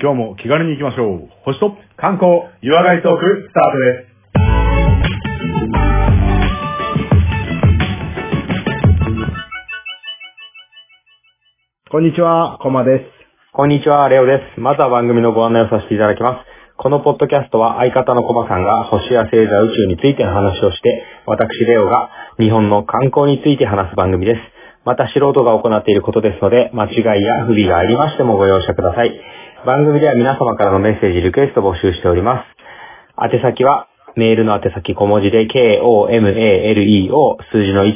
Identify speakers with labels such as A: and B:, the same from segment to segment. A: 今日も気軽に行きましょう。星と
B: 観光、岩貝トーク、スタートです。こんにちは、コマです。
C: こんにちは、レオです。まずは番組のご案内をさせていただきます。このポッドキャストは相方のコバさんが星や星座宇宙についての話をして、私レオが日本の観光について話す番組です。また素人が行っていることですので、間違いや不備がありましてもご容赦ください。番組では皆様からのメッセージ、リクエストを募集しております。宛先は、メールの宛先小文字で、k-o-m-a-l-e-o 数字の15、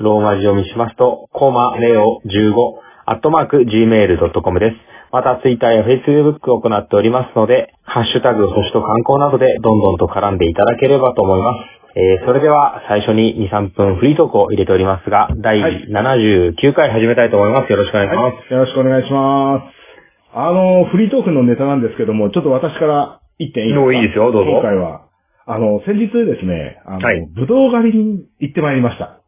C: ローマ字読みしますと、コマレオ15、アットマーク gmail.com です。また、ツイッターや Facebook を行っておりますので、ハッシュタグ、星と観光などでどんどんと絡んでいただければと思います。えー、それでは、最初に2、3分フリートークを入れておりますが、第
A: はい
C: 79回始めたいと思います。よろしくお願いします。
B: よろしくお願いします。あの、フリートークのネタなんですけども、ちょっと私から1点いいです
C: も
B: か
C: ういいですよどうぞ
B: 今回は。あの、先日ですね、あの、
C: はい
B: ぶどう狩りに行ってまいりました。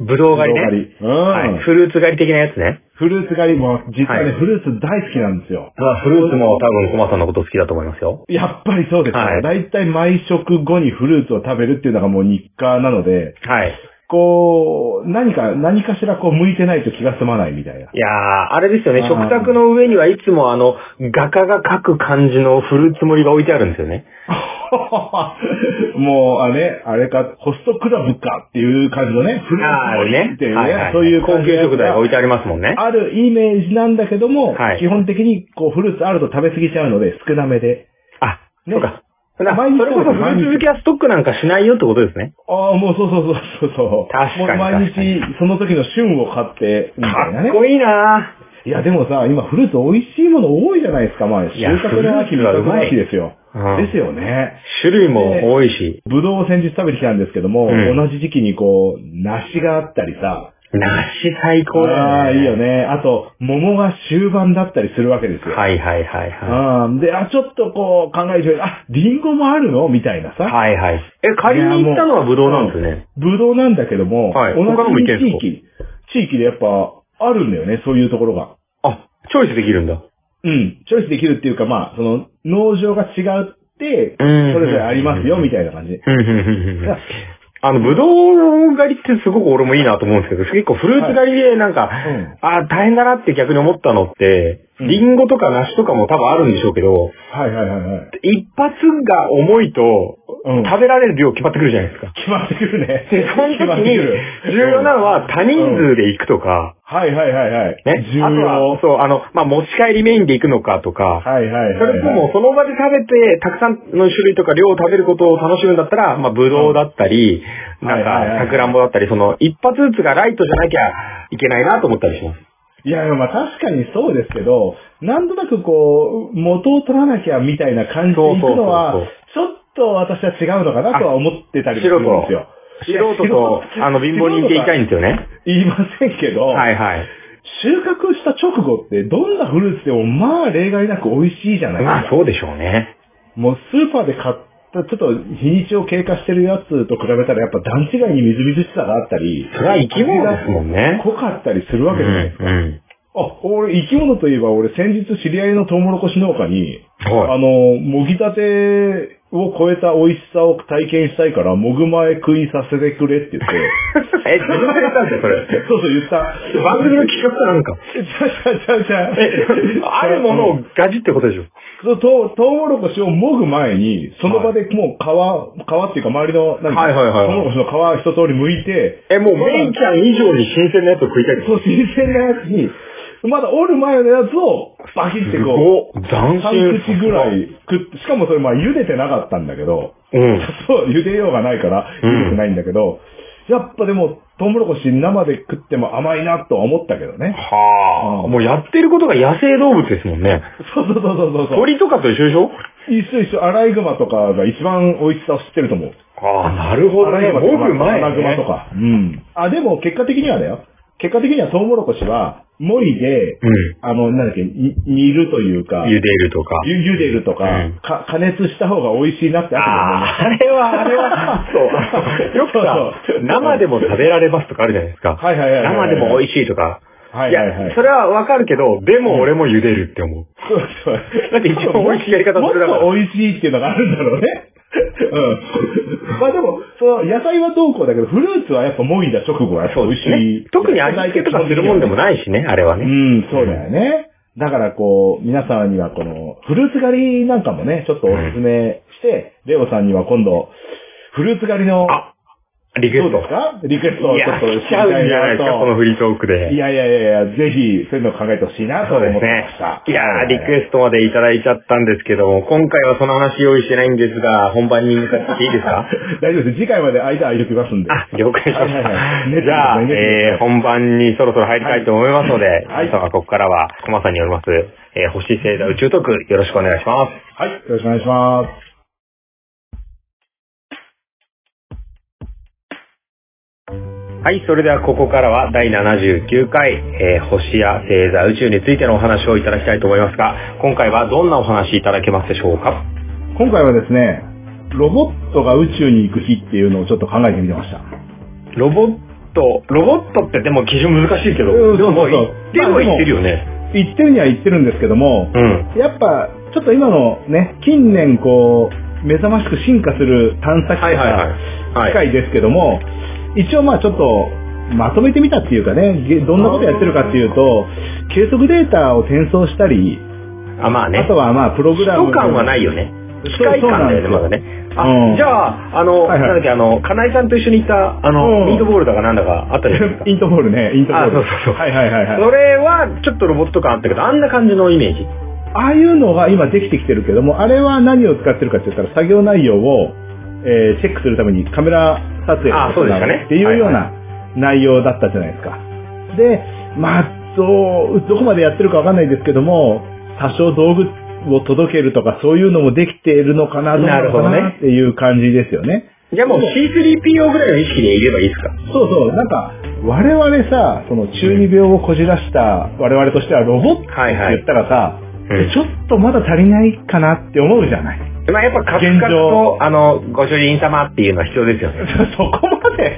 C: ぶどう狩
B: ぶ
C: り
B: どう
C: ね。
B: 狩り。うん、
C: はい。フルーツ狩り的なやつね。
B: フルーツ狩りも、実はね、
C: はい
B: フルーツ大好きなんですよ。
C: まあ、フルーツも多分、コマさんのこと好きだと思いますよ。
B: やっぱりそうです
C: は
B: ね。
C: い
B: だいたい毎食後にフルーツを食べるっていうのがもう日課なので、
C: はい。
B: こう、何か、何かしらこう向いてないと気が済まないみたいな。
C: いやー、あれですよね。
B: あー
C: 食卓の上にはいつもあの、画家が描く感じのフルーツ盛りが置いてあるんですよね。
B: もう、あれ、あれか、ホストクラブかっていう感じのね、フルーツ盛りっていうね、そういう
C: 高
B: 感じ
C: 級
B: のやつ
C: 食材が
B: が
C: 置いてありますもんね。
B: あるイメージなんだけども、
C: はい
B: 基本的にこうフルーツあると食べ過ぎちゃうので少なめで。
C: あ、
B: ね
C: そうか。なそ
B: 毎日
C: れこそフルーツ好きはストックなんかしないよってことですね。
B: ああ、もうそうそうそうそうそう。
C: 確かに
B: もう毎
C: 確かに
B: 日その時の旬を買って、みたいな
C: か
B: ね
C: っ。こいいない
B: や、でもさ、今フルーツ美味しいもの多いじゃないですか。まあ、収
C: いや
B: 穫の秋、収
C: フルーツは
B: 穫
C: う
B: の
C: まい
B: 秋ですよ。
C: うん
B: ですよね。
C: 種類も多いし、
B: ぶどうを先日食べてきたんですけども、
C: うん
B: 同じ時期にこう、梨があったりさ、
C: 梨最高
B: あ
C: だ
B: あ、いいよ
C: ね。
B: ね。あと、桃が終盤だったりするわけですよ。
C: はいはいはいは。
B: うん。で、あ、ちょっとこう、考えてみるあ、リンゴもあるのみたいないさ。
C: はいはい。え、仮に行ったのはブドウなんですね。
B: ぶどうなんだけども、
C: はい
B: 同
C: 他のも
B: じ
C: いけるん
B: 地
C: ですか
B: 域、地域でやっぱ、あるんだよね、そういうところが。
C: あ、チョイスできるんだ。
B: うん。チョイスできるっていうか、まあ、その、農場が違うって、
C: う
B: そ
C: ん
B: れぞれありますよ、みたいな感じ。
C: うんうんうんうんあの、ぶどう狩りってすごく俺もいいなと思うんですけど、結構フルーツ狩りでなんか、
B: ん
C: あー大変だなって逆に思ったのって、
B: うん
C: リンゴとか梨とかも多分あるんでしょうけど、
B: はいはいはいはい。
C: 一発が重いと、
B: うん
C: 食べられる量決まってくるじゃないですか。
B: 決まってくるね。
C: で、その
B: 決まっ
C: 時
B: て
C: に
B: くる、
C: 重要なのは他人数で行くとか、
B: はいはいはいはい。
C: ね。
B: 重
C: あとは、
B: 要。
C: そう、あの、まあ、持ち帰りメインで行くのかとか、
B: はいはいはい、はい。
C: それともその場で食べて、たくさんの種類とか量を食べることを楽しむんだったら、まあ、ぶどうだったり、
B: うん
C: なん
B: はいはいはい
C: か、さくらんぼだったり、その、一発ずつがライトじゃなきゃいけないなと思ったりします。
B: いや、まあ確かにそうですけど、なんとなくこう、元を取らなきゃみたいな感じでいくのは
C: そうそう、
B: ちょっと私は違うのかなとは思ってたりもするんですよ。
C: 素人と、あの、貧乏人って言いたいんですよね。
B: 言いませんけど、
C: はいはい。
B: 収穫した直後ってどんなフルーツでもまあ例外なく美味しいじゃないですか。
C: まあ、そうでしょうね。
B: もうスーパーで買った、ちょっと日にちを経過してるやつと比べたらやっぱ段違いにみずみずしさがあったり、
C: それは生き物ですもんね。
B: 濃かったりするわ
C: うん
B: けじゃないですか。
C: うん。
B: あ、俺、生き物といえば、俺、先日知り合いのトウモロコシ農家に、
C: は
B: あの、もぎたてを超えた美味しさを体験したいから、もぐ前食いさせてくれって言って、
C: い。え、自分でやったんですよ、それ。
B: そうそう言った。
C: 番組の企画かなんか。
B: じゃじゃじゃじゃ。
C: あるものを
B: うん
C: ガジってことでしょ。
B: そうトウトウモロコシをもぐ前に、その場でもう皮、皮っていうか周りの、何
C: はいはいはいはい
B: トウモロコシの皮一通り剥いて、
C: え、もう、メイちゃん以上に新鮮なやつを食いたいです。
B: そう、新鮮なやつに、まだ折る前のやつを、バキってこう、
C: ごっ斬
B: 3
C: 新。
B: 口ぐら。い食って、しかもそれまあ茹でてなかったんだけど、
C: うん。
B: そう、茹でようがないから、
C: う
B: 茹
C: ん
B: でてないんだけど、やっぱでも、トウモロコシ生で食っても甘いなとは思ったけどね。
C: は
B: う
C: あ。
B: ん
C: もうやってることが野生動物ですもんね。
B: そうそうそうそうそう。
C: 鳥とかと一緒でしょ
B: 一緒一緒、アライグマとかが一番美味しさを知ってると思う。
C: ああ、なるほ
B: ア
C: ど
B: ライ
C: ね。
B: グマとか、
C: もぐ
B: ア
C: 前
B: ナグマと
C: ね。
B: か。うん。あ、でも結果的にはだよ。結果的にはトウモロコシは、もいで、
C: うん。
B: あの、なんだっけ、に煮るというか、
C: 茹でるとか。
B: ゆ茹でるとか,、
C: うん
B: か、加熱した方が美味しいなって
C: あ
B: あ
C: あ、あれは、あれは、 そう。よくさ
B: そうそう、
C: 生でも食べられますとかあるじゃないですか。
B: はいはいはいはいはい
C: 生でも美味しいとか。
B: はいはいはい
C: それはわかるけど、でも俺も茹でるって思う。
B: そうそう。
C: だって一番美味しいやり方
B: もっ
C: それだから
B: と美味しいっていうのがあるんだろうね。うん。まあでも、その野菜はどうこうだけど、フルーツはやっぱもいだ直後はやっぱ美味しい。
C: ね特に味付けとかするもんでも
B: い。
C: ないしね、あれは
B: う
C: ね。
B: ん、そうだよね。だからこう、皆さんにはこの、フルーツ狩りなんかもね、ちょっとおすすめして、レオさんには今度、フルーツ狩りの、
C: あリクエ
B: どうで
C: スト
B: す。かリクエストをち
C: いや
B: ょっと、
C: 来ちゃうんじゃないですか、このフリートークで
B: い。やいやいやいや、ぜひ、そういうのを考えてほしいなと
C: そう
B: 思
C: で
B: っ
C: す
B: て
C: ね
B: ました。。
C: いやー、リク
B: エ
C: エストまでいただいちゃったんですけども、今回はその話用意してないんですが、本番に向かっていいです か
B: スト。大丈夫です。次回まで間空いてきますんで。
C: あ、了解しまし
B: はいはいはい
C: た。じゃあ、えー、本番にそろそろ入りたいと思いますので、
B: はい
C: 皆様ここからは、コマさんによります、えー、星星座宇宙トーク、よろしくお願いします。
B: はい、よろしくお願いします。
C: はい、それではここからは第79回、えー星や星座宇宙についてのお話をいただきたいと思いますが、今回はどんなお話いただけますでしょうか
B: 今回はですね、ロボットが宇宙に行く日っていうのをちょっと考えてみてました。
C: ロボット、ロボットってでも基準難しいけど、
B: うん
C: でももう
B: そうそう
C: 言っては言ってるよね。
B: 言ってるには言ってるんですけども、
C: うん。
B: やっぱ、ちょっと今のね、近年こう、目覚ましく進化する探索
C: はい
B: と
C: はいは
B: か、
C: い。
B: 機
C: はい。
B: 械ですけども、一応まあちょっと、まとめてみたっていうかね、げどんなことやってるかっていうと、計測データを転送したり、
C: あ、まあね
B: あ。とはまあプログ
C: 人
B: ラム。
C: 感はないよね。
B: そう
C: 機械感だよね、
B: そ
C: ま
B: うな
C: だ
B: んで
C: ね
B: す。
C: あ、
B: うん
C: じゃあ、あの、
B: はいはい
C: なんだっけ、あの、金井さんと一緒に行った、あの、
B: うん。
C: ミートボールだかなんだかあったじゃないですか
B: イントボールね、イントボール。
C: あそうそうそう
B: はいはいはいはい。
C: それは、ちょっとロボット感あったけど、あんな感じのイメージ。
B: ああいうのが今できてきてるけども、あれは何を使ってるかって言ったら、作業内容を、えーチェックするためにカメラ撮影を
C: あそうでしたね
B: っていうような内容だったじゃないですか。で、まあ、どう、どこまでやってるかわかんないですけども、多少道具を届けるとか、そういうのもできているのかな、どうなのか
C: なるほ
B: な
C: どね
B: っていう感じですよね。
C: じゃあもう C3PO ぐらいの意識でいればいいですか
B: そうそう、なんか、我々さ、その中二病をこじらした我々としてはロボットって
C: はいはい
B: 言ったらさ、
C: うん
B: ちょっとまだ足りないかなって思うじゃない。
C: まあやっぱカツ
B: 現
C: カツ
B: 状
C: と、あの、ご主人様っていうのは必要ですよね。
B: そこまで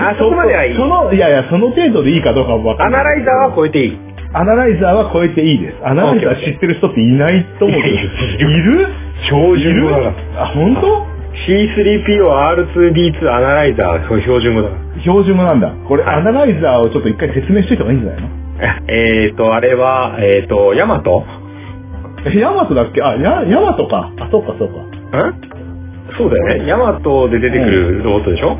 C: あそこまではいい
B: その、いやいや、その程度でいいかどうかもわか
C: ア
B: んない。
C: ナライザーは超えていい。
B: アナライザーは超えていいです。アナライザー知ってる人っていないと思うけど。
C: いやい
B: いる
C: 標
B: いるあ、本当
C: C3PO、R2D2、アナライザー、そう標準語だから。
B: 標準語なんだ。これ、
C: はい
B: アナライザーをちょっと一回説明しといた方がいいんじゃないの
C: えーと、あれは、えーと、ヤマト
B: え、ヤマトだっけあ、ヤヤマトか。あ、そうかそうか。
C: んそうだよね。ヤマトで出てくるロボットでしょ、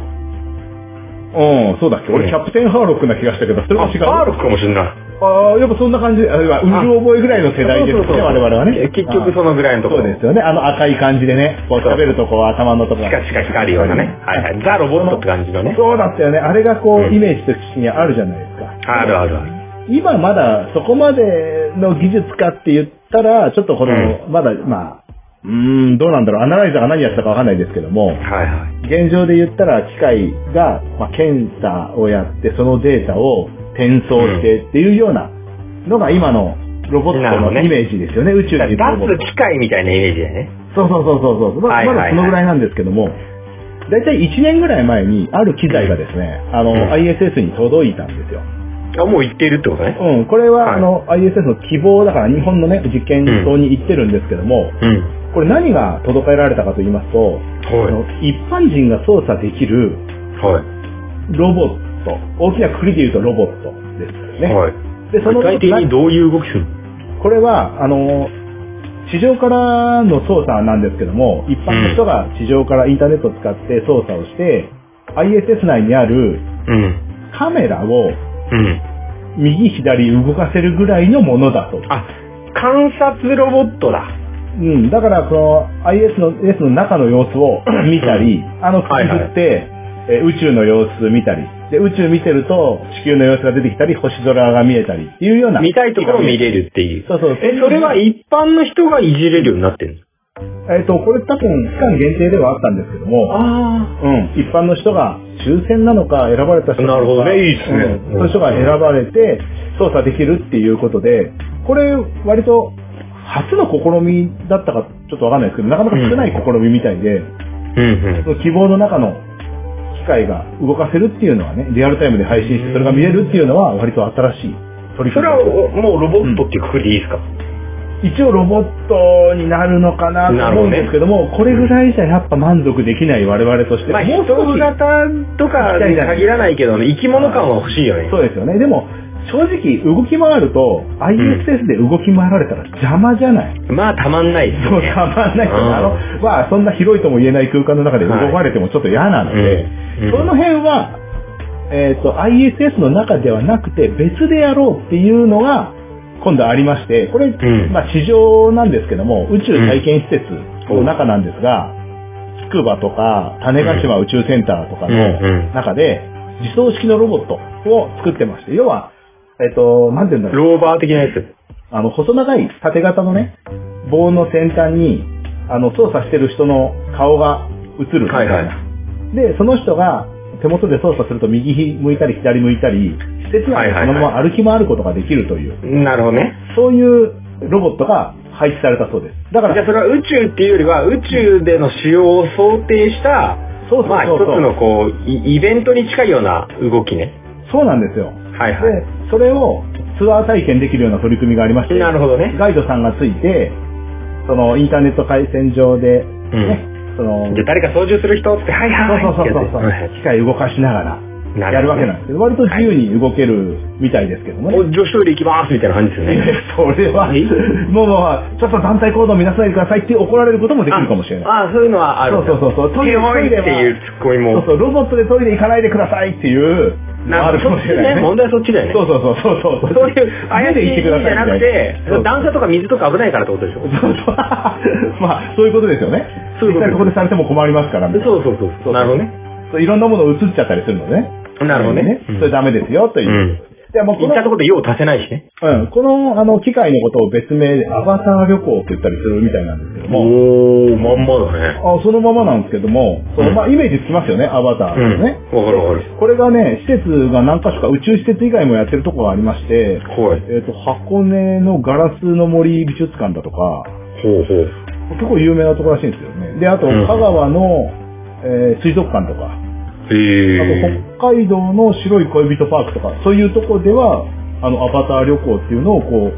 B: うん、そうだっけ
C: う
B: 俺、
C: ん
B: キャプテンハーロックな気がしたけど、それ
C: あ、
B: は違う。
C: パーロックかもしれない。
B: ああ、やっぱそんな感じで、あれは、うる覚えぐらいの世代です
C: そうそう
B: ね、
C: そう
B: 我々はね。
C: 結局そのぐらいのとこ
B: そ
C: ろ。
B: うですよね。あの赤い感じでね、こう食べるとこう頭のとこ
C: しかしか光るようなね。はいはい。ザ・ロボットって感じのね。
B: そうだったよね。あれがこ
C: うん
B: う、イメージとしてにあるじゃないですか。
C: あるあるある。
B: 今まだそこまでの技術かって言ったら、ちょっとこの、まだ、まあ、うーん、どうなんだろう。アナライザーが何やってたかわかんないですけども、
C: はいはい。
B: 現状で言ったら機械が、まあ、検査をやってそのデータを転送してっていうようなのが今のロボッ
C: なる
B: ト
C: ほど
B: の
C: ね
B: イメージですよね、宇宙
C: だ
B: にいるロボッ
C: 脱
B: ト。
C: 機械みたいなイメージだよね。
B: そうそうそうそうそう、ま
C: は
B: あ
C: いはい
B: ま
C: は
B: だ
C: い
B: そのぐらいなんですけども、だいたい1年ぐらい前にある機材がですね、あの、
C: うん
B: ISS に届いたんですよ。
C: あ、もう行ってるってことね。
B: うん、これは、
C: はい
B: あの ISS の希望だから日本のね、実験棟に行ってるんですけども、
C: うん。
B: これ何が届けられたかと言いますと、あの
C: は
B: 一般人が操作できる
C: い。はい。
B: ロボット。大きな括りで言うとロボットですよね。
C: はい。
B: で、その
C: 具体的にどういう動きするの
B: これは、あの、地上からの操作なんですけども、一般の人が地上からインターネットを使って操作をして、ISS 内にある
C: うん。
B: カメラを
C: うん。
B: 右左動かせるぐらいのものだと。
C: あ、観察ロボットだ。
B: うん、だから、その IS の S の中の様子を 見たり、あの、口
C: はいはい
B: 振って、えー宇宙の様子見たり、で、宇宙見てると地球の様子が出てきたり、星空が見えたりっていうような。
C: 見たいところを見れるっていう。
B: そうそう。
C: え、それは一般の人がいじれるようになってる
B: えっ、と、これ多分期間限定ではあったんですけど
C: の
B: も、
C: あ
B: うん、一般の人が抽選なのか選ばれた人なのか、
C: なるほどねいいっすね
B: うんそういう人が選ばれて操作できるっていうことで、これ割と初の試みだったかちょっとわかんないですけど、なかなか少ない試みみたいで、
C: あ。うんうん。
B: その希望の中の機械が動かせるっていうのはね、リアルタイムで配信してそれが見れるっていうのは割と新しい取り組
C: それ
B: ん
C: は
B: でる
C: おもうロボットっていうくくりでいいですか、
B: 一応ロボットになるのかなと思うんですけども、これぐらいじゃやっぱ満足できない我々として、
C: まあ
B: もう
C: 人
B: 少し
C: 型とかに限らないけどね生き物感は欲しいよね
B: そうですよね。でも、正直、動き回ると、ISS で動き回られたら邪魔じゃない。
C: まあたまんないです
B: そう、
C: ね
B: たまんないですよね
C: うん
B: あの、まあ、そんな広いとも言えない空間の中で動かれてもちょっと嫌なので、
C: うんうん
B: その辺は、えっ、と、ISS の中ではなくて、別でやろうっていうのが、今度ありまして、これ、
C: ん
B: まあ、地上なんですけども、宇宙体験施設の中なんですが、筑波とか、種子島宇宙センターとか
C: うん
B: の
C: う。
B: 中で、自走式のロボットを作ってまして、要は、えっ、と、なんて言うんだろうん
C: ローバー的なやつ
B: あの、細長い縦型のね、棒の先端に、あの、操作してる人の顔が映るみたいな。
C: はいは
B: で、その人が手元で操作すると右向いたり左向いたり、施設内でそのまま歩き回ることができるという、
C: なるほどね
B: そういうロボットが配置されたそうです。だか
C: じゃ
B: ら、
C: あそれは宇宙っていうよりは宇宙での使用を想定した
B: そうそう
C: まあ
B: そ
C: 一
B: うそう
C: つのこうイイベントに近いような動きね
B: そうなんですよ。
C: はいは
B: で、それをツアー体験できるような取り組みがありまして
C: い、なるほど ね
B: ガイドさんがついて、そのインターネット回線上で、ね、その、
C: じゃあ誰か操縦する人ってはい
B: そう
C: はい
B: そう
C: はい
B: そう
C: って
B: そう
C: やつね
B: 機械動かしながらやるわけなんですけど、割と自由に動けるみたいですけどもね。
C: お女子トイレ行きますみたいな感じですよね
B: それは、
C: え
B: もうまあ、ちょっと団体行動を見なさいでくださいって怒られることもできるかもしれない。
C: ああそういうのはある
B: そうそうそうそう。トイレ
C: 手多いっていうツッコミ
B: そう
C: も
B: そう、ロボットでトイレ行かないでくださいっていう、
C: な
B: あ
C: ん
B: るか
C: か
B: も
C: そっ
B: し
C: ち
B: れない、
C: ね
B: ね。
C: 問題はそっちだよね
B: そうそうそうそうそう。
C: そういう怪しい意味じゃなくて
B: そう、
C: 段差とか水とか危ないからってことでしょ
B: そうそう まあ、そういうことですよね。
C: そういうこと
B: 実際
C: です
B: そこでされても困りますから、みたいな
C: そうそうそうそう。なるほどね。
B: そういろんなもの映っちゃったりするのね。
C: なるほどね。うん
B: それダメですよ、という。
C: うん
B: でもう
C: 行
B: こ
C: ったと
B: の、
C: こで用を足せないしね。
B: うん、この、あの、機械のことを別名で、アバター旅行って言ったりするみたいなんですけども、
C: おー、まんまだね。
B: あそのままなんですけども、その
C: うん
B: まあ、イメージつきますよね、アバター
C: うん。
B: ね。
C: わかるわかる。
B: これがね、施設が何か所か、宇宙施設以外もやってるとこがありまして、
C: ほい。
B: えっ、と、箱根のガラスの森美術館だとか、
C: ほうほう。
B: 結構有名なとこらしいんですよね。で、あと、
C: うん
B: 香川の、えー水族館とか、
C: へー。
B: あと北海道の白い恋人パークとか、そういうとこでは、あの、アバター旅行っていうのをこう、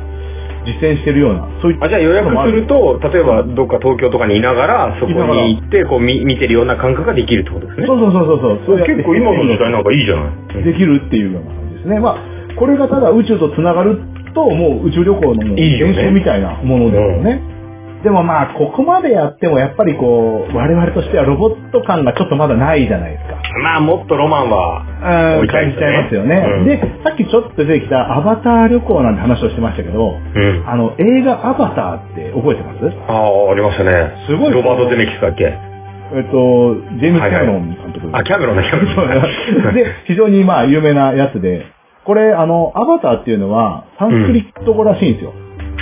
B: 実践してるような、そういった。
C: あ、じゃあ予約すると、例えばどっか東京とかにいながら、そこに行って、こう見見てるような感覚ができるってことですね
B: そ。うそうそうそうそう。そうやって
C: 結構今の時代なんかいいじゃない。
B: できるっていうような感じですね。まあ、これがただ宇宙と繋がると、もう宇宙旅行のもう
C: いいよね
B: 現象みたいなものですよね。でもまあ、ここまでやってもやっぱりこう、我々としてはロボット感がちょっとまだないじゃないですか。
C: まあ、もっとロマンは。
B: う
C: 置
B: ん
C: いたい
B: 感
C: で
B: じ
C: す
B: ち
C: よ
B: ゃい
C: ね
B: ますよね。
C: うん
B: で、さっきちょっと出てきたアバター旅行なんて話をしてましたけど、
C: うん。あ
B: あの、映画アバターって覚えてます
C: あ、ありましたね。
B: すごい
C: ロバート・ゼメキスだっけ
B: えっと、ジェームズ・キャノン監督。
C: あ、キャメロンだ、キャメ
B: そう
C: ロン。
B: だで、非常にまあ有名なやつで、これ、あの、アバターっていうのは、サンスクリット語らしいんですよ。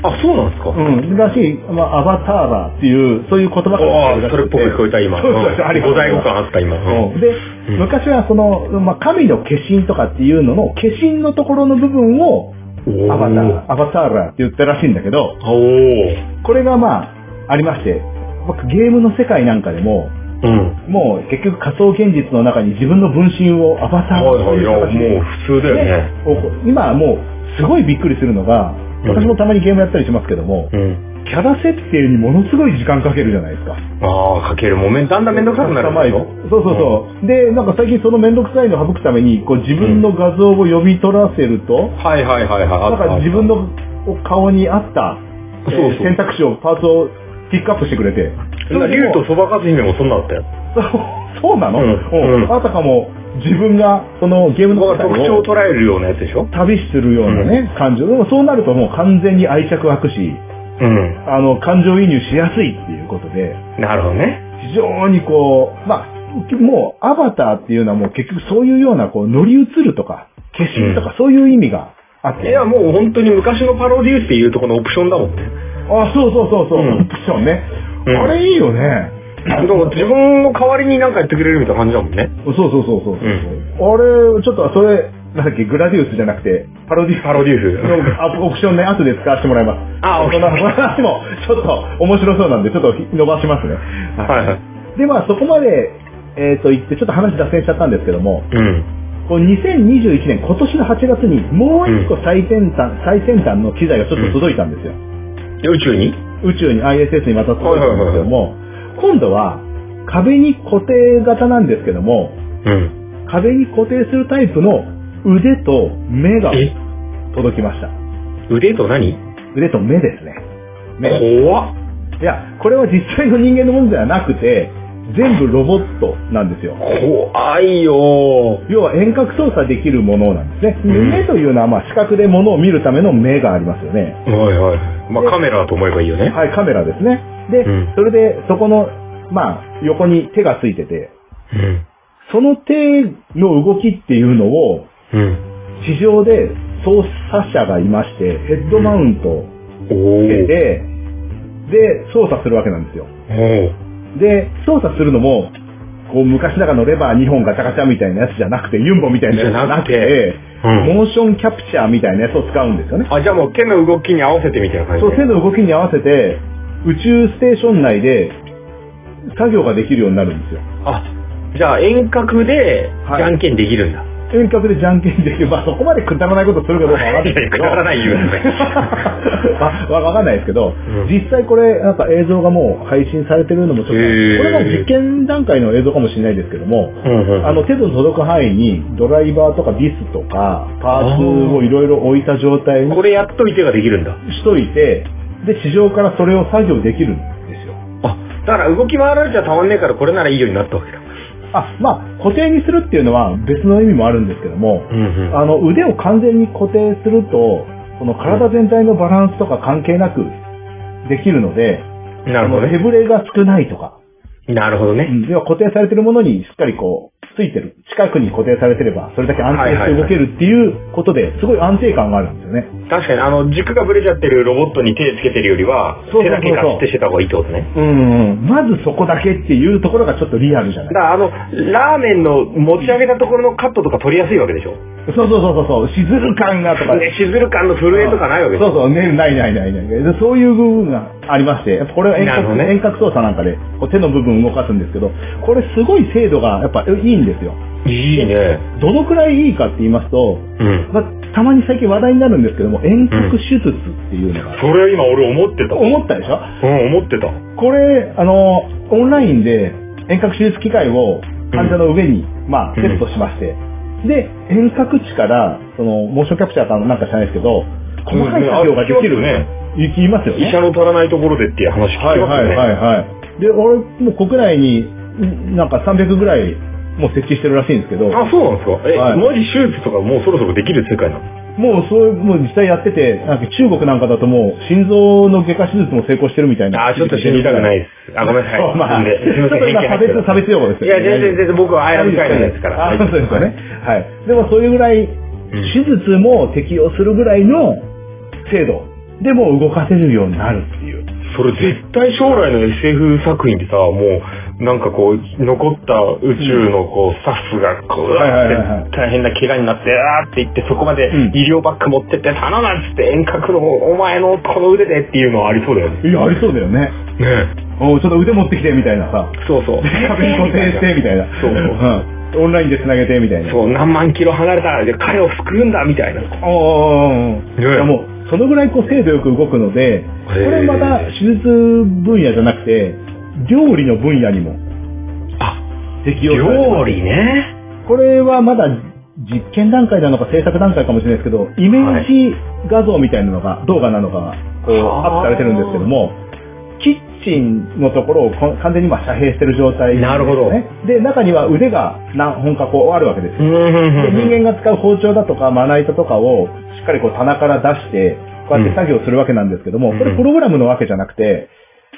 C: あ、そうなんですか
B: うん、らしい、まあ、アバターだっていう、そういう言葉が
C: あ
B: 出て
C: あ、
B: く
C: それっ
B: るらしく
C: ぽく聞こえた今。
B: そうそうそうありがとうご
C: ご
B: ざ
C: 在
B: い
C: 庫
B: ます
C: 感あった今。うん
B: うんで、
C: うん
B: 昔はその、まあ、神の化身とかっていうのの、化身のところの部分を、
C: おー
B: アバター、アバターラって言ったらしいんだけど、
C: おー
B: これがまあ、ありまして、僕ゲームの世界なんかでも、
C: うん。
B: もう結局仮想現実の中に自分の分身をアバタ
C: は
B: ー
C: い
B: と
C: はい、いや、もう普通だよね。
B: 今はもうすごいびっくりするのが、
C: うん
B: 私もたまにゲームやったりしますけども、
C: うん。
B: キャラ設定にものすごい時間かけるじゃないですか。
C: ああ、かけるもめん、だんだんめんどくさくなるでしょ
B: そうそうそう。で、なんか最近そのめんどくさいのを省くために、こう自分の画像を読み取らせると、
C: はいはいはいはい。
B: なんか自分の顔に合った、えー
C: そうそう
B: 選択肢を、パーツをピックアップしてくれて。
C: の。竜とそばかす姫もそんなだったよ。
B: そう そうなの、
C: うん
B: うん
C: うん
B: あたかも自分がそのゲームの
C: ここが特徴を
B: を
C: 捉えるようなやつでしょ
B: 旅するようなね、感情。でもそうなるともう完全に愛着湧くし、
C: うん。
B: あの、感情移入しやすいっていうことで、
C: なるほどね。
B: 非常にこう、まあ、もうアバターっていうのはもう結局そういうようなこう乗り移るとか、化身とかそういう意味があっ
C: い
B: て。
C: や、もう本当に昔のパロディーっていうとこのオプションだもんね。
B: あ、そうそうそうそう、
C: うん
B: オプションね。
C: うん
B: あれいいよね。
C: だから自分の代わりになんかやってくれるみたいな感じだもんね。
B: そうそうそうそう。
C: ん
B: あれ、ちょっとそれ、なんだっけ、グラディウスじゃなくて、パロディウス
C: パロディーフ。
B: のオプションね、後で使わせてもらいます。
C: あオッケ
B: そ
C: ー
B: んな話も、ちょっと面白そうなんで、ちょっと伸ばしますね。
C: はいはい。
B: で、まあそこまで、えっ、と、言って、ちょっと話脱線しちゃったんですけども、
C: うん。
B: この2021年、今年の8月に、もう一個最先端、最先端の機材がちょっと届いたんですよ。
C: 宇宙に
B: 宇宙に ISS にまた届いたんですけども、今度は壁に固定型なんですけども、
C: うん。
B: 壁に固定するタイプの腕と目が
C: え
B: 届きました。
C: 腕と何
B: 腕と目ですね。目。
C: 怖っ。
B: いや、これは実際の人間のものではなくて、全部ロボットなんですよ。
C: 怖いよ
B: 要は遠隔操作できるものなんですね。で
C: うん
B: 目というのはまあ視覚で物を見るための目がありますよね。
C: ー。はいはい。まあカメラと思えばいいよね。
B: はい、カメラですね。で、
C: うん
B: それでそこの、まあ横に手がついてて、
C: うん。
B: その手の動きっていうのを
C: うん。
B: 地上で操作者がいまして、ヘッドマウントを
C: お
B: つけて、
C: ー。
B: で、操作するわけなんですよ。
C: おー。
B: で、操作するのも、こう昔ながらのレバー2本ガチャガチャみたいなやつじゃなくて、ユンボみたいなやつじゃなく
C: じゃな
B: て、
C: うん。
B: モーションキャプチャーみたいなやつを使うんですよね。
C: あ、じゃあもう手の動きに合わせてみたいな感じ
B: そう、
C: ね
B: 手の動きに合わせて、宇宙ステーション内で作業ができるようになるんですよ。
C: あ、じゃあ遠隔で、
B: はい
C: じゃんけんできるんだ。
B: 遠隔でじゃんけんできる。まあそこまでくだらないことするかどうかわかんないいで
C: や
B: すけ
C: く
B: ど。
C: だらない言うのね。
B: わわわかんないですけど、
C: ん
B: 実際これ、なんか映像がもう配信されてるのもちょっと、こ
C: へー
B: れが実験段階の映像かもしれないですけども、
C: うんう
B: あの手の届く範囲にドライバーとかビスとかパーツをいろいろ置いた状態に
C: これやっといてができるんだ。
B: しといて、で、地上からそれを作業できるんですよ。
C: あ、だから動き回られちゃたまんねえからこれならいいようになったわけだ。
B: あ、まあ、固定にするっていうのは別の意味もあるんですけども、
C: うんうん。
B: あの、腕を完全に固定すると、その体全体のバランスとか関係なくできるので、
C: なるほ
B: あ
C: ど
B: の手
C: ね。
B: ぶれが少ないとか、
C: なるほど
B: う
C: ね。
B: ん要は固定されてるものにしっかりこう、ついてる。近くに固定されてれば、それだけ安定して動けるっていうことで、すごい安定感があるんですよね。
C: 確かにあの軸がぶれちゃってるロボットに手つけてるよりは、
B: そうそうそう
C: 手だけガチってしてた方がいいってことね。
B: うんうん。まずそこだけっていうところがちょっとリアルじゃ
C: だ
B: な
C: か
B: い
C: らあの、ラーメンの持ち上げたところのカットとか取りやすいわけでしょ。
B: そうそうそうそうそう、しずる感がとか。
C: ね、しずる感の震えとかないわけでし
B: そうそ
C: ょ。
B: う、ね、ないないないない。でそういう部分がありまして、やっぱこれは遠
C: なるほ
B: 隔,、
C: どね
B: 遠隔操作なんかで、こう手の部分を動かすんですけど、これすごい精度がやっぱいいんですよ。
C: いいね。
B: どのくらいいいかって言いますと、
C: うん。
B: まあ、たまに最近話題になるんですけども、遠隔手術っていうのが、
C: それ今俺思ってた。うん、
B: 思ったでしょ
C: 思ってた。
B: これ、あの、オンラインで遠隔手術機械を患者の上に、まあ、セットしまして、で、遠隔地から、その、モーションキャプチャーかなんかじゃないですけど、細かい作業ができる。
C: うんね
B: 行きますよね。
C: 医者の足らないところでっていう話聞きます
B: はい
C: よね。
B: はいはいはい。で、俺、もう国内に、んなんか300ぐらい、もう設置してるらしいんですけど、
C: あ、そうなんですか。え、
B: はい
C: マジ手術とかもうそろそろできる世界なの
B: もうそういう、もう実際やってて、なんか中国なんかだともう、心臓の外科手術も成功してるみたいな。。
C: あ、ちょっと死にたくないいです。あ、ごめんなさい。
B: そう まあ
C: んで、すいませ
B: ちょっ
C: ん
B: と今
C: 意見
B: 差
C: 入って
B: 別、
C: た
B: 差別用語です
C: い
B: よ
C: や、
B: ね。
C: 全然全然僕はアイラブ会なんですから。
B: あ、そうですよね。はい。でもそういうぐらい、手術も適用するぐらいの精度でもう動かせるようになるっていう。
C: それ絶対将来の SF 作品ってさ、もう、なんかこう、残った宇宙のこう、スタッフが、こう、
B: はいはいはいは
C: うわーって大変な怪我になって、あーって言って、そこまで
B: うん
C: 医療バッグ持ってって、頼むっつって遠隔のお前のこの腕でっていうのはありそうだよね。
B: いや、ありそうだよね。
C: ね
B: おうちょっと腕持ってきてみたいなさ。
C: そうそう。
B: 壁に固定してみたいな。
C: そう
B: うん。オンラインで繋げてみたいな。
C: そう、何万キロ離れたで彼を救うんだみたいな。
B: おーおーおーおー
C: ねえ
B: いやもう、そのぐらいこう精度よく動くので、これまた手術分野じゃなくて、料理の分野にも
C: あ、
B: 適用されてま
C: 料理ね。
B: すこれはまだ実験段階なのか制作段階かもしれないですけど、イメージ画像みたいなのが、動画なのかが、こう、
C: はあ
B: アップされてるんですけども、キッチンのところをこん完全にまあ遮蔽してる状態、
C: なるほど
B: ね。で、中には腕が何本かこうあるわけですよ
C: うんうん
B: で
C: うんうん
B: 人間が使う包丁だとかまな板とかをしっかりこう棚から出して、こうやって作業するわけなんですけども、
C: うん
B: これプログラムのわけじゃなくて、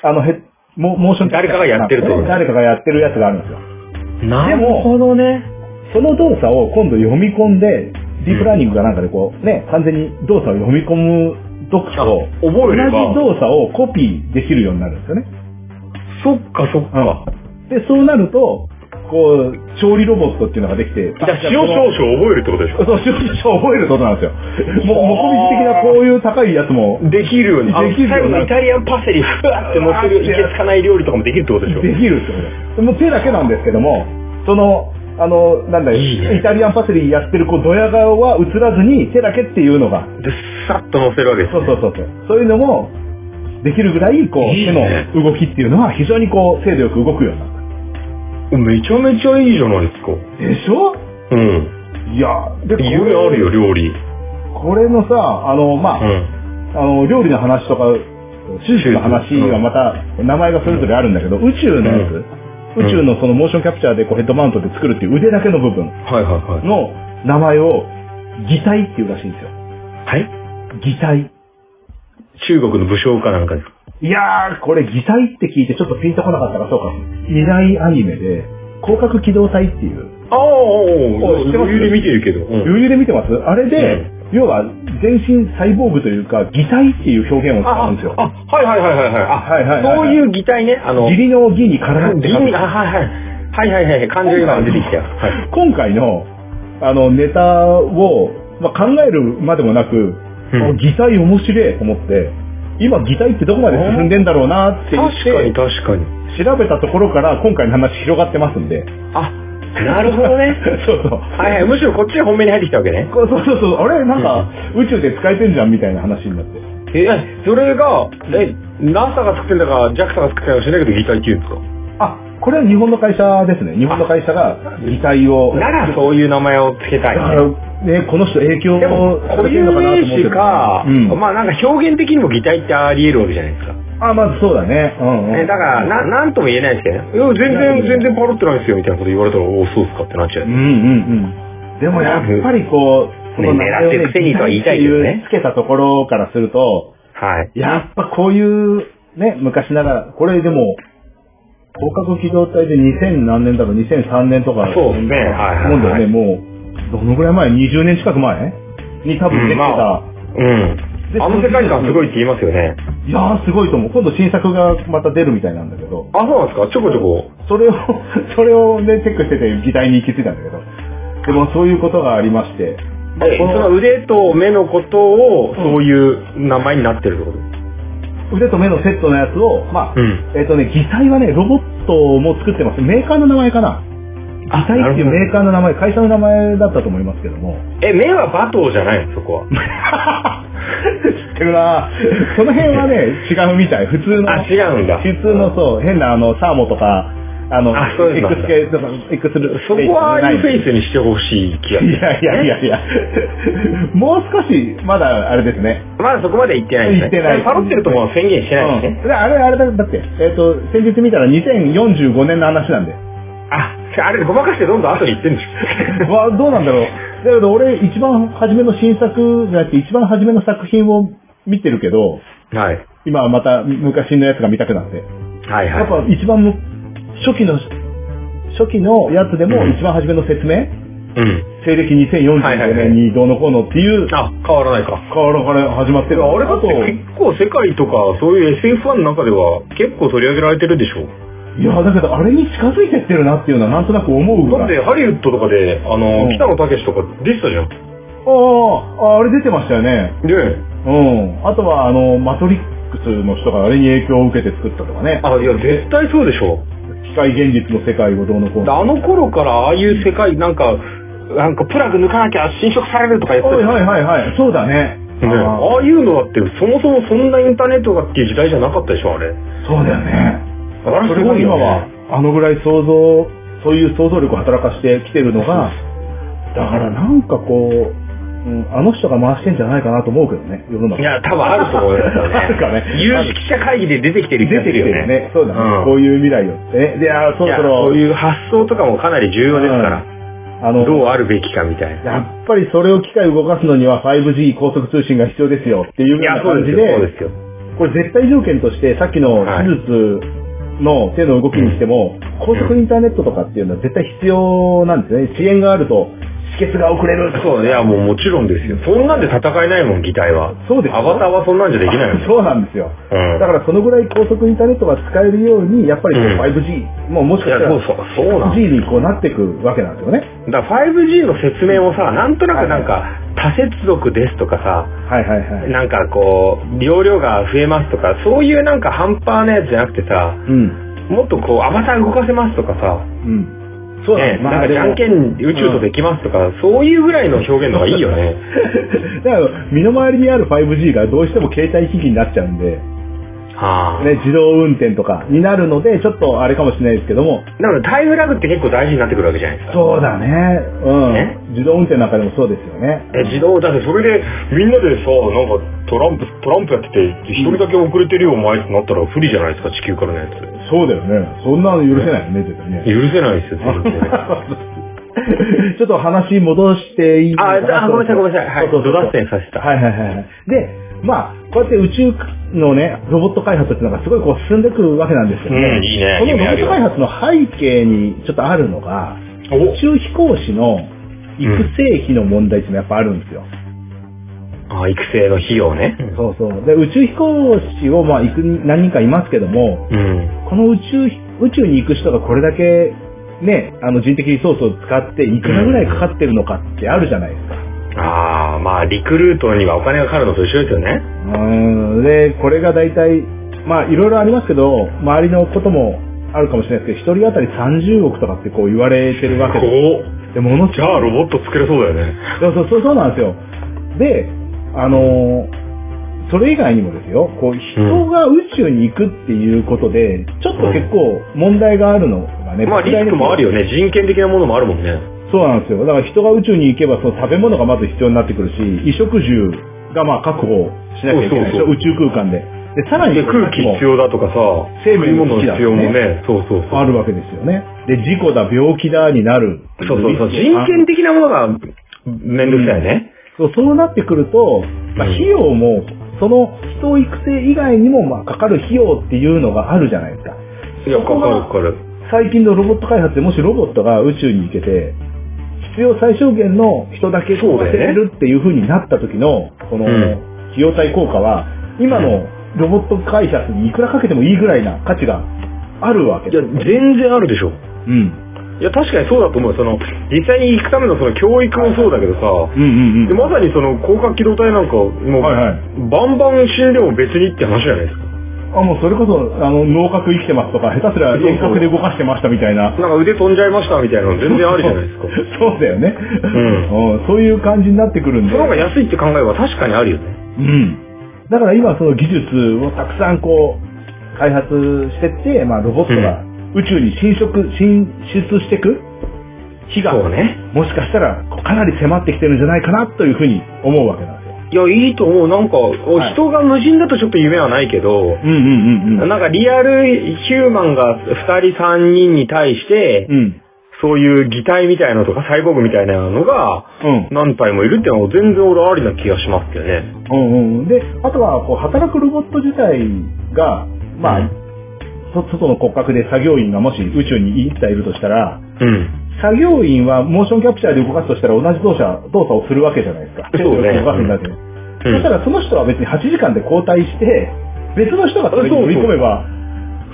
B: あのヘッモモーション
C: 誰かがやってるってことね
B: 誰かがやってるやつがあるんですよ。
C: な
B: でも
C: どね。
B: その動作を今度読み込んで、ディープラーニングかなんかでこう、ね、完全に動作を読み込む読書を、
C: あ覚
B: 同じ
C: えれば
B: 動作をコピーできるようになるんですよね。
C: そっかそっか。
B: で、そうなると、こう、調理ロボットっていうのができて、
C: じゃあ塩少々覚えるってことでし
B: そう、少々覚えることなんですよ。もう、もこみち的なこういう高いやつも
C: ょできるように。あの
B: できるよ
C: 最
B: う
C: 後
B: になる
C: のイタリアンパセリ、ふわって乗せる、いけつかない料理とかもできるってことでしょ
B: できるってことです。もう手だけなんですけども、その、あの、なんだよ、
C: いいね
B: イタリアンパセリやってる子、ドヤ顔は映らずに手だけっていうのが、
C: で、さっと乗せるわけです、
B: そう
C: ね。
B: そうそうそう。そういうのも、できるぐらい、こう、
C: いい
B: 手の
C: ね
B: 動きっていうのは非常にこう、精度よく動くようになっ
C: めちゃめちゃいいじゃないですか。
B: た。でしょ
C: うん。
B: いや、で、これ
C: 夢あるよ、料理。
B: これのさ、あの、まあ、
C: うん。
B: あの、料理の話とか、手術の話がまた、名前がそれぞれあるんだけど、宇宙のやつ、
C: うん
B: 宇宙のそのモーションキャプチャーでこうヘッドマウントで作るっていう腕だけの部分
C: はいはいはい。
B: の名前を、擬態っていうらしいんですよ。
C: はい
B: 擬態。
C: 中国の武将かなんかですか
B: いやー、これ擬態って聞いてちょっとピンとこなかったらそうか。未来アニメで、広角機動隊っていう、
C: あ
B: お知ってます
C: あ、余裕で見てるけど。うん
B: 余裕で見てますあれで、要は全身サイボーグというか、擬態っていう表現を使
C: あ、
B: うんですよ
C: あ、。はいはいはいはいはい。あ、
B: はいはいはいはい
C: そういう擬態ね。あの、
B: 義理の義に体って
C: 擬
B: 書く
C: 態、あ、はいはい。はいはいはい。感情今出てきたよ。はい。
B: 今回の、あの、ネタを、まあ、考えるまでもなく、
C: うん
B: あ擬態面白いと思って、今擬態ってどこまで進んでんだろうなって言っ
C: 確かに
B: て、
C: 確かに。
B: 調べたところから今回の話広がってますんで。
C: あ、なるほどね。
B: そうそう。
C: はいはい。むしろこっちが本命に入ってきたわけね。
B: こうそうそうそう、あれなんか、宇宙で使えてんじゃんみたいな話になって。
C: え、それが、え、NASA が作ってんだか、JAXA が作ってんだか知らないけど、擬態っていうんですか
B: あ、これは日本の会社ですね。日本の会社が擬態を。
C: ならそういう名前をつけた
B: だ
C: い
B: か
C: ね。
B: ら、ね、この人影響
C: でも
B: を、
C: 固
B: されて
C: 有
B: んのかなと
C: 名
B: 思って
C: 詞
B: た
C: か、
B: うん。
C: まあなんか表現的にも擬態ってあり得るわけじゃないですか。
B: あ、まずそうだね。うん、うん。
C: えだから、な、なんとも言えないですけどね。いや全然、全然パロってないですよ、みたいなこと言われたら、おそうっすかってなっちゃう
B: うん。うんうん。でもやっぱりこう、
C: ね
B: その名前を
C: 狙ってるくせにとは言いたいけどね
B: つけたところからすると、
C: はい。
B: やっぱこういう、ね、昔ながら、これでも、広角機動隊で2000何年だろう、2003年とか、
C: そうですねはいはいはい
B: もんだよね、もう、どのぐらい前 ?20 年近く前に多分できて
C: うんま
B: た。
C: うん。
B: で
C: あの世界観すごいって言いますよね。
B: いやーすごいと思う。今度新作がまた出るみたいなんだけど、
C: あ、そうなんですかちょこちょこ。
B: それを、 それをね、チェックしてて、議題に行き着いたんだけど。でもそういうことがありまして、
C: え、そ
B: この
C: の腕と目のことを、そういう名前になってるってこと
B: 腕と目のセットのやつを、まあ、
C: ん。
B: えっ、とね、擬態はね、ロボットも作ってます。メーカーの名前かな擬態っていうメーカーの名前、会社の名前だったと思いますけども。
C: え、目は馬頭じゃないのそこ は。
B: 知ってるなぁその辺はね、違うみたい。普通の、
C: あ、違うんだ。
B: 普通のそう、変なあの、サーモとか、あの、
C: あそうなんだ
B: X 系とか、X
C: そこはああいうフェ
B: ス
C: イスにしてほしい気が
B: じゃないいやいやいやいや、もう少し、まだあれですね。
C: まだそこまで行ってないですね。
B: 行ってない
C: パロってるとも宣言してないですね。
B: うん、であれ、あれだ、だって、えっ、と、先日見たら2045年の話なんで。
C: あ、あれ、ごまかしてどんどん後に行ってんでし
B: う わどうなんだろう。だけど俺、一番初めの新作があって、一番初めの作品を見てるけど、
C: ょ。 はい。はい
B: 今はまた昔のやつが見たくなって。
C: はい。
B: やっぱ一番む初期の、初期のやつでも
C: うん
B: 一番初めの説明、
C: うん。
B: 西暦
C: はい
B: 2045
C: はいはい
B: 年にどうのこうのっていう、
C: あ、変わらないか。
B: からから始まってる。
C: あれだって結構世界とか、そういう SF1 の中では結構取り上げられてるでしょ。
B: いや、だけどあれに近づいてってるなっていうのはなんとなく思うぐ
C: だ
B: ら
C: っ
B: い。
C: てハリウッドとかで、あの、
B: うん
C: 北野武とか出てたじゃん。
B: ああ、ああれ出てましたよね。
C: で、
B: うん。あとは、あの、マトリックスの人があれに影響を受けて作ったとかね。
C: あ、いや、絶対そうでしょ。
B: 機械現実の世界をどうのこう
C: で
B: の。
C: あの頃からああいう世界、なんか、なんかプラグ抜かなきゃ侵食されるとかやってた
B: はい
C: じゃん
B: はいはいはい。そうだね。
C: ね
B: あー
C: ああいうのだって、そもそもそんなインターネットがっていう時代じゃなかったでしょ、あれ。
B: そうだよね。
C: あれ
B: それが今は、あのぐらい想像、そういう想像力を働かしてきてるのが、だからなんかこう、うん、あの人が回してんじゃないかなと思うけどね、世の中。
C: いや、多分あると思 いますよね。
B: あるかね
C: 有識者会議で出てきてる
B: 出
C: 気が
B: て
C: す
B: きて
C: るよ
B: る
C: ね。
B: ね。そうだね。
C: うん
B: こういう未来をってね。で、あーそ
C: い
B: ろ
C: や
B: そ
C: そう
B: ろ、
C: いう発想とかもかなり重要ですから、
B: あの、
C: どうあるべきかみたいな。
B: やっぱりそれを機械動かすのには 5G 高速通信が必要ですよっていうよう
C: いや
B: な、
C: そう
B: 感
C: で
B: じ
C: す
B: で
C: よ、、そうですよ。
B: これ絶対条件としてさっきの
C: はい
B: 手術の手の動きにしても、高速インターネットとかっていうのは絶対必要なんですね。遅延があると止血が遅れるとか。
C: そう、いや、もうもちろんですよ。そんなんで戦えないもん、擬態は。
B: そうですよ
C: アバターはそんなんじゃできないもん。
B: そうなんですよ。
C: うん
B: だからそのぐらい高速インターネットが使えるように、やっぱりこう
C: うん
B: 5G、もうもし
C: い
B: か
C: や、
B: したら
C: そうそう、そうなん
B: 5G にこうなっていくわけなんですよね。
C: だから 5G の説明もさ、なんとなくなんか、多接続ですとかさ、
B: はいはいはい。
C: なんかこう、容量が増えますとか、そういうなんか半端なやつじゃなくてさ、
B: うん。
C: もっとこう、アバター動かせますとかさ、
B: うん。そうだ
C: ね
B: ね。ま
C: な
B: あ
C: んかじゃんけ
B: ん。
C: ん宇宙とできますとか、そういうぐらいの表現の方がいいよ ね。
B: だから、身の回りにある 5G がどうしても携帯機器になっちゃうんで、
C: はあ。
B: ね、自動運転とかになるので、ちょっとあれかもしれないですけども、
C: だからタイムラグって結構大事になってくるわけじゃないですか。
B: そうだね。
C: ね
B: うん。自動運転なんかでもそうですよね。
C: え、自動、だってそれで、みんなでさ、なんか、トランプ、トランプやってて、一人だけ遅れてるよ、お前ってなったら不利じゃないですか、地球からのやつ。
B: そうだよね。そんなの許せないよね、絶対ね。
C: 許せないですよ、全然。
B: ちょっと話戻していいですか
C: あ、じゃあ、ごめんなさい、ごめんなさい。はい、
B: そう
C: ド
B: そうそう
C: 脱線させた。
B: はいはいはいはい。で、まあ、こうやって宇宙のね、ロボット開発っていうのがすごいこう進んでくるわけなんですよ
C: う
B: ね。
C: ん、いいね。
B: このロボ
C: 夢あ
B: ッ
C: る
B: ト
C: よ
B: 開。発の背景にちょっとあるのが、
C: お
B: 宇宙飛行士の育成費の問題っていうのはやっぱあるんですよ。
C: あ、育成の費用ね。
B: そうそう。で、宇宙飛行士をまあ行くに何人かいますけども、
C: うん。
B: この宇宙飛、宇宙に行く人がこれだけね、あの人的リソースを使っていくらぐらいかかってるのかってあるじゃないですか。
C: ああ、まあ、リクルートにはお金がかかるのと一緒ですよね。
B: うーんで、これが大体、まあいろいろありますけど、周りのこともあるかもしれないですけど、一人当たり30億とかってこう言われてるわけで
C: こ
B: す。で、もの
C: じゃあ、ロボット作れそうだよね。
B: そうそうそうそうなんですよ。で、あのーそれ以外にもですよ、こう人が宇宙に行くっていうことで、ちょっと結構問題があるのがね、
C: まあ、リスクもあるよね。人権的なものもあるもんね。
B: そうなんですよ。だから人が宇宙に行けば、その食べ物がまず必要になってくるし、衣食住がまあ確保しなきゃいけないでしょ
C: そうそうそ
B: 宇
C: う
B: 宙空間で。で、さらに
C: で空気必要だとかさ、
B: 生命の危機
C: 食い物の
B: だ
C: 必要もね、そうそうそう。
B: あるわけですよね。で、事故だ、病気だになる。
C: そうそうそう。
B: リス
C: 人
B: クが
C: 権的なものがめんどくさいね。
B: そう、そうなってくると、まあ、
C: うん
B: 費用も、その人育成以外にも、まあ、かかる費用っていうのがあるじゃないですか。
C: いや、かかるかかる。
B: 最近のロボット開発でもしロボットが宇宙に行けて、必要最小限の人だけを
C: そうだよね
B: せるっていう風になった時の、この、
C: うん
B: 費用対効果は、今のロボット開発にいくらかけてもいいぐらいな価値があるわけ
C: いや、全然あるでし
B: う
C: ょ。
B: ん。
C: いや、確かにそうだと思う。その、実際に行くためのその教育もそうだけどさ、
B: うんうんう
C: で
B: ん。
C: まさにその高架機動隊なんか、もう、
B: はいはい
C: バンバン死んでも別にって話じゃないですか。
B: あ、もうそれこそ、あの、脳核生きてますとか、下手すら遠隔で動かしてましたみたいな。
C: なんか腕飛んじゃいましたみたいなの全然あるじゃないですか。
B: そうだよね。
C: ん
B: うそういう感じになってくるん
C: そ
B: で。
C: の方が安いって考えは確かにあるよね。
B: うん。だから今その技術をたくさんこう、開発してって、まあロボットが
C: う
B: 宇宙に侵食、進出していく日が、
C: そうね。
B: もしかしたらこうかなり迫ってきてるんじゃないかなというふうに思うわけなんですよ。
C: いや、いいと思う。なんか、
B: い
C: 人が無人だとちょっと夢はないけど、
B: うんうん
C: なんかリアルヒューマンが2人3人に対して、
B: うん。
C: そういう擬態みたいなのとかサイボーグみたいなのが
B: うん。
C: 何体もいるっていうのは全然俺ありな気がしますけどね。
B: うんうんうん。で、あとは、こう、働くロボット自体が、まあ、
C: うん
B: そ外の骨格で作業員がもし宇宙に一体いるとしたら、
C: うん。
B: 作業員はモーションキャプチャーで動かすとしたら同じ動作、動作をするわけじゃないですか。
C: そうね
B: 手で動かすんだけど。
C: う
B: そした
C: ん、
B: らその人は別に8時間で交代して、別の人がそれに
C: そうそう
B: 乗り込めば、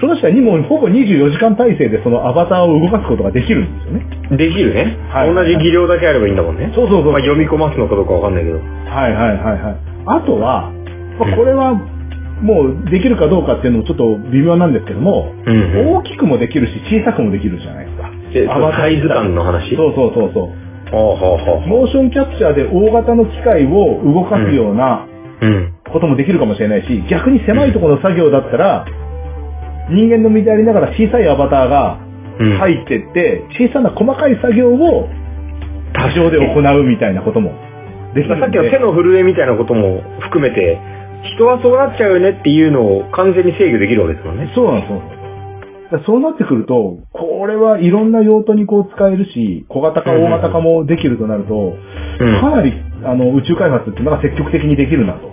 B: その人はにもうほぼ24時間体制でそのアバターを動かすことができるんですよね。
C: できるね、
B: はい
C: 同じ技量だけあればいいんだもんね。
B: そうそうそう。
C: まあ、読み込ますのかどうかわかんないけど。
B: はいはいはいはい。あとは、まあこれはもうできるかどうかっていうのもちょっと微妙なんですけども、
C: うんうん
B: 大きくもできるし小さくもできるじゃないですか。
C: で、そ
B: アバ
C: の
B: ター
C: サイズ感の話。
B: そうそうそうそう。
C: はあはあはあ
B: モーションキャプチャーで大型の機械を動かすような
C: うん。
B: こともできるかもしれないし、逆に狭いところの作業だったら、人間の身でありながら小さいアバターが
C: うん。い。
B: 入ってって、小さな細かい作業を
C: 多
B: 過剰で行うみたいなこともでき
C: ま
B: る
C: あ
B: ん
C: さっきの手
B: で。
C: の震えみたいなことも含めて、人はそうなっちゃうよねっていうのを完全に制御できるわけですもんね。
B: そうなんです、そうなんです。だからそうなってくると、これはいろんな用途にこう使えるし、小型化、
C: うんうん
B: 大型化もできるとなると、
C: うん
B: かなりあの宇宙開発っていうのが積極的にできるなと。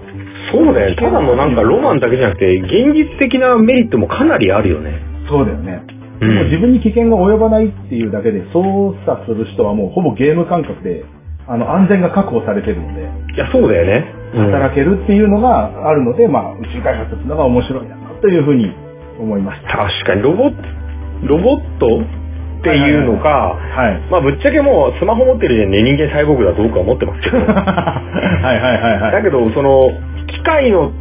C: そうだよね。ただのなんかロマンだけじゃなくて、現実的なメリットもかなりあるよね。
B: そうだよね。で
C: うん
B: も自分に危険が及ばないっていうだけで操作する人はもうほぼゲーム感覚で、あの安全が確保されてるので、
C: いや、そうだよね。
B: 働けるっていうのがあるので、まあ宇宙開発っていうのが面白いなというふうに思いました。
C: 確かにロボット、ロボットっていうのか、
B: はい。
C: まあぶっちゃけもうスマホ持ってる時点で人間サイボーグだと僕 は思ってますけど、
B: はいはいはいは
C: だ
B: い。
C: けどその機械の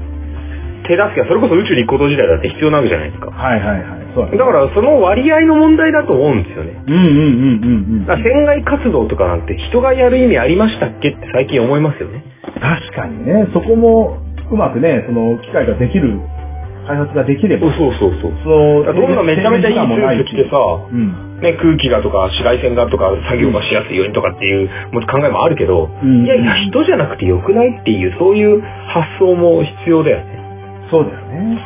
C: 手助けはそれこそ宇宙に行くこと自体だって必要なわけじゃないですか。
B: はいはいはい。そうだね
C: だからその割合の問題だと思うんですよね。
B: うんうんうんうんうん。
C: だから船外活動とかなんて人がやる意味ありましたっけって最近思いますよね。
B: 確かにね、そこもうまくね、その機械ができる、開発ができれ
C: そう
B: ば、
C: そうそう。
B: その、
C: だからどんなめちゃめちゃいいスーツ着てさ、
B: うん。
C: ね、空気がとか紫外線がとか作業がしやすいようにとかっていうもう考えもあるけど、
B: うん
C: いやいや人じゃなくてよくないっていうそういう発想も必要だよね。
B: そうだよね。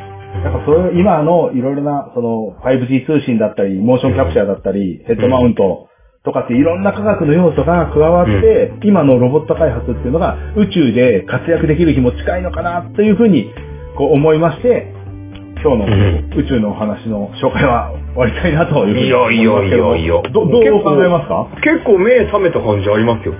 B: やっぱそれ、今のいろいろな、その、5G 通信だったり、モーションキャプチャーだったり、ヘッドマウントとかっていろんな科学の要素が加わって、今のロボット開発っていうのが宇宙で活躍できる日も近いのかなというふうに、こう思いまして、今日
C: うん
B: の宇宙のお話の紹介は終わりたいなというふうに
C: いやいやいやいや
B: 思ますけどもど、どう考えますか
C: 結構目覚めた感じありますよ。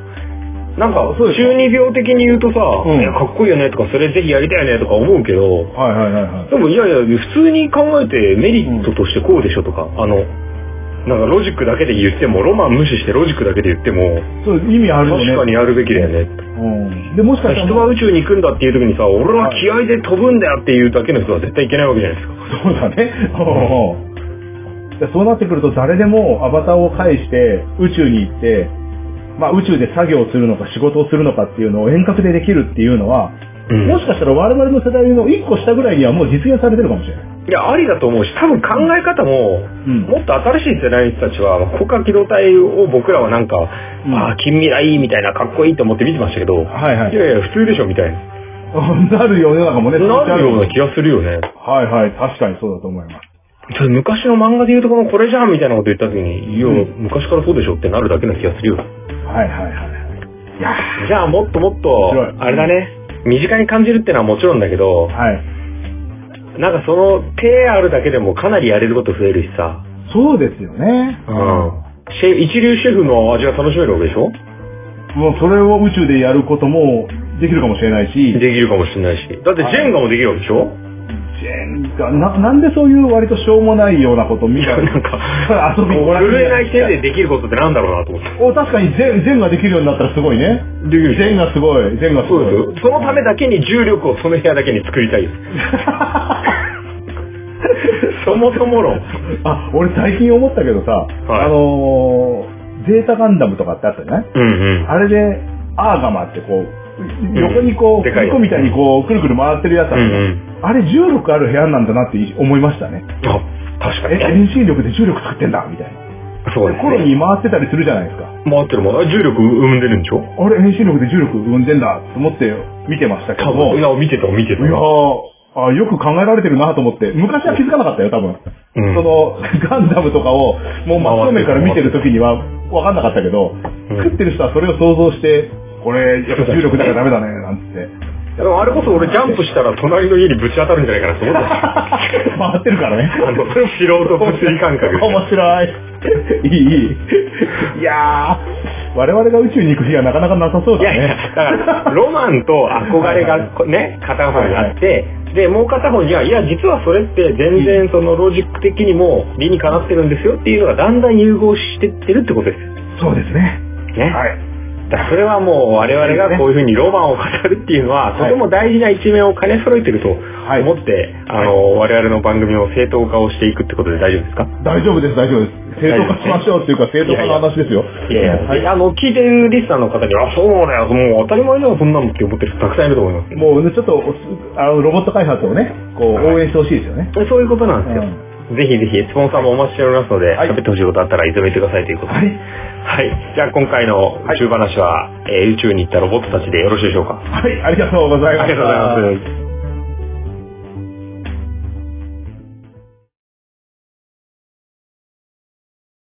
C: なんか
B: そうですか
C: 中二病的に言うとさ、
B: うん
C: いやかっこいいよねとかそれぜひやりたいよねとか思うけど、
B: はいはいはいはい。
C: でもいやいや、普通に考えてメリットとしてこうでしょとか、あの、なんかロジックだけで言っても、ロマン無視してロジックだけで言っても、
B: そう、意味あるよね。
C: 確かにやるべきだよね。
B: うん。で、もしかしたら、
C: 人は宇宙に行くんだっていう時にさ、俺は気合で飛ぶんだよっていうだけの人は絶対いけないわけじゃないですか。
B: そうだね。でそうなってくると誰でもアバターを介して宇宙に行って、まあ宇宙で作業をするのか仕事をするのかっていうのを遠隔でできるっていうのは、
C: うん
B: もしかしたら我々の世代の1個下ぐらいにはもう実現されてるかもしれない。
C: いや、ありだと思うし、多分考え方も、
B: ん
C: もっと新しい世代の人たちは、国家機動隊を僕らはなんか、
B: ん
C: ああ、近未来みたいな、かっこいいと思って見てましたけど、
B: はいはい
C: いやいや、普通でしょみたいな。
B: なる世の中もね、
C: なるような
B: ね。
C: 気がするよね。
B: はいはい、確かにそうだと思います。
C: それ昔の漫画で言うとこのこれじゃんみたいなこと言った時に、いや、
B: うん
C: 昔からそうでしょってなるだけな気がするよ。
B: はいはいはい。いや
C: じゃあもっともっと
B: 面白い、
C: あれだね、身近に感じるってのはもちろんだけど、
B: ーはい。
C: なんかその手あるだけでもかなりやれること増えるしさ、
B: そうですよね。
C: うん。シェフ一流シェフの味が楽しめるわけでしょ
B: もうそれを宇宙でやることもできるかもしれないし、
C: できるかもしれないし。だってジェンガもできるわけでしょ、
B: ジェンガな、なんでそういう割としょうもないようなことみ
C: い
B: た
C: や、
B: いな
C: な。ん か、
B: 遊び
C: 震えない手でできることってなんだろうなと思って。
B: お、確かにジェン、ジェンができるようになったらすごいね。
C: できる
B: ジェンがすごい、ジェンがす
C: そ
B: ご
C: う
B: い。
C: ですよ。そのためだけに重力をその部屋だけに作りた いよ。そもそも論。
B: あ、俺最近思ったけどさ、あのー、ゼータガンダムとかってあったじゃない
C: うんうん。
B: あれで、アーガマってこう、横にこう、
C: でか
B: 振
C: い
B: り子みたいにこう、くるくる回ってるやつあ
C: うん
B: るじゃん
C: うん。
B: あれ重力ある部屋なんだなって思いましたね。
C: あ、確か
B: え、
C: にね。
B: 遠心力で重力作ってんだみたいな。
C: そうです
B: コロ
C: ね。
B: ニー回ってたりするじゃないですか。
C: 回ってるもん。あ重力生んでるんでしょ
B: あれ、遠心力で重力生んでんだと思って見てましたけ
C: 多
B: ども、
C: 分。
B: い
C: い
B: や
C: や、見てた、見てた。
B: ーあよく考えられてるなと思って、昔は気づかなかったよ、多分。
C: うん
B: その、ガンダムとかを、もう真正面から見てる時には分かんなかったけど、
C: うん
B: 食ってる人はそれを想像して、これ、やっぱ重力だからダメだね、なんつって。
C: でもあれこそ俺ジャンプしたら隣の家にぶち当たるんじゃないかなと思っ たし。
B: 回ってるからね。
C: あの、素人物理感覚。
B: 面白い。 いい、いい。いやー、我々が宇宙に行く日はなかなかなさそう
C: い
B: だ
C: やいや、
B: ね。
C: だから、ロマンと憧れがこね、片方にあって、で、もう片方には、いや、実はそれって全然そのロジック的にも理にかなってるんですよっていうのがだんだん融合してってるってことで す。
B: そうですね。
C: ね。
B: はい。
C: だからそれはもう我々がこういうふうにロマンを語るっていうの
B: は
C: は、
B: い
C: とても大事な一面を兼ね揃えてると思って、あの、我々の番組を正当化をしていくってことで大丈夫ですか
B: 大丈夫です、大丈夫です。正当化しましょうっていうか、正当化の話ですよ。
C: いやいや、
B: はい
C: あの、聞いてるリスナーの方に、あ、そうだよ、もう当たり前じゃん、そんなのって思ってる人たくさんいると思います。
B: もうね、ちょっとおす、あの、ロボット開発をね、こう、
C: はい
B: 応援してほしいですよね。
C: そういうことなんですよ。ぜひぜひ、スポンサーもお待ちしておりますので、
B: はい
C: 喋ってほしいことあったらいつでも言ってくださいということで。
B: はい
C: はいじゃあ今回の宇宙話は、えー宇宙に行ったロボットたちでよろしいでしょうか。
B: はい、ありがとうございました。
C: ありがとうございます。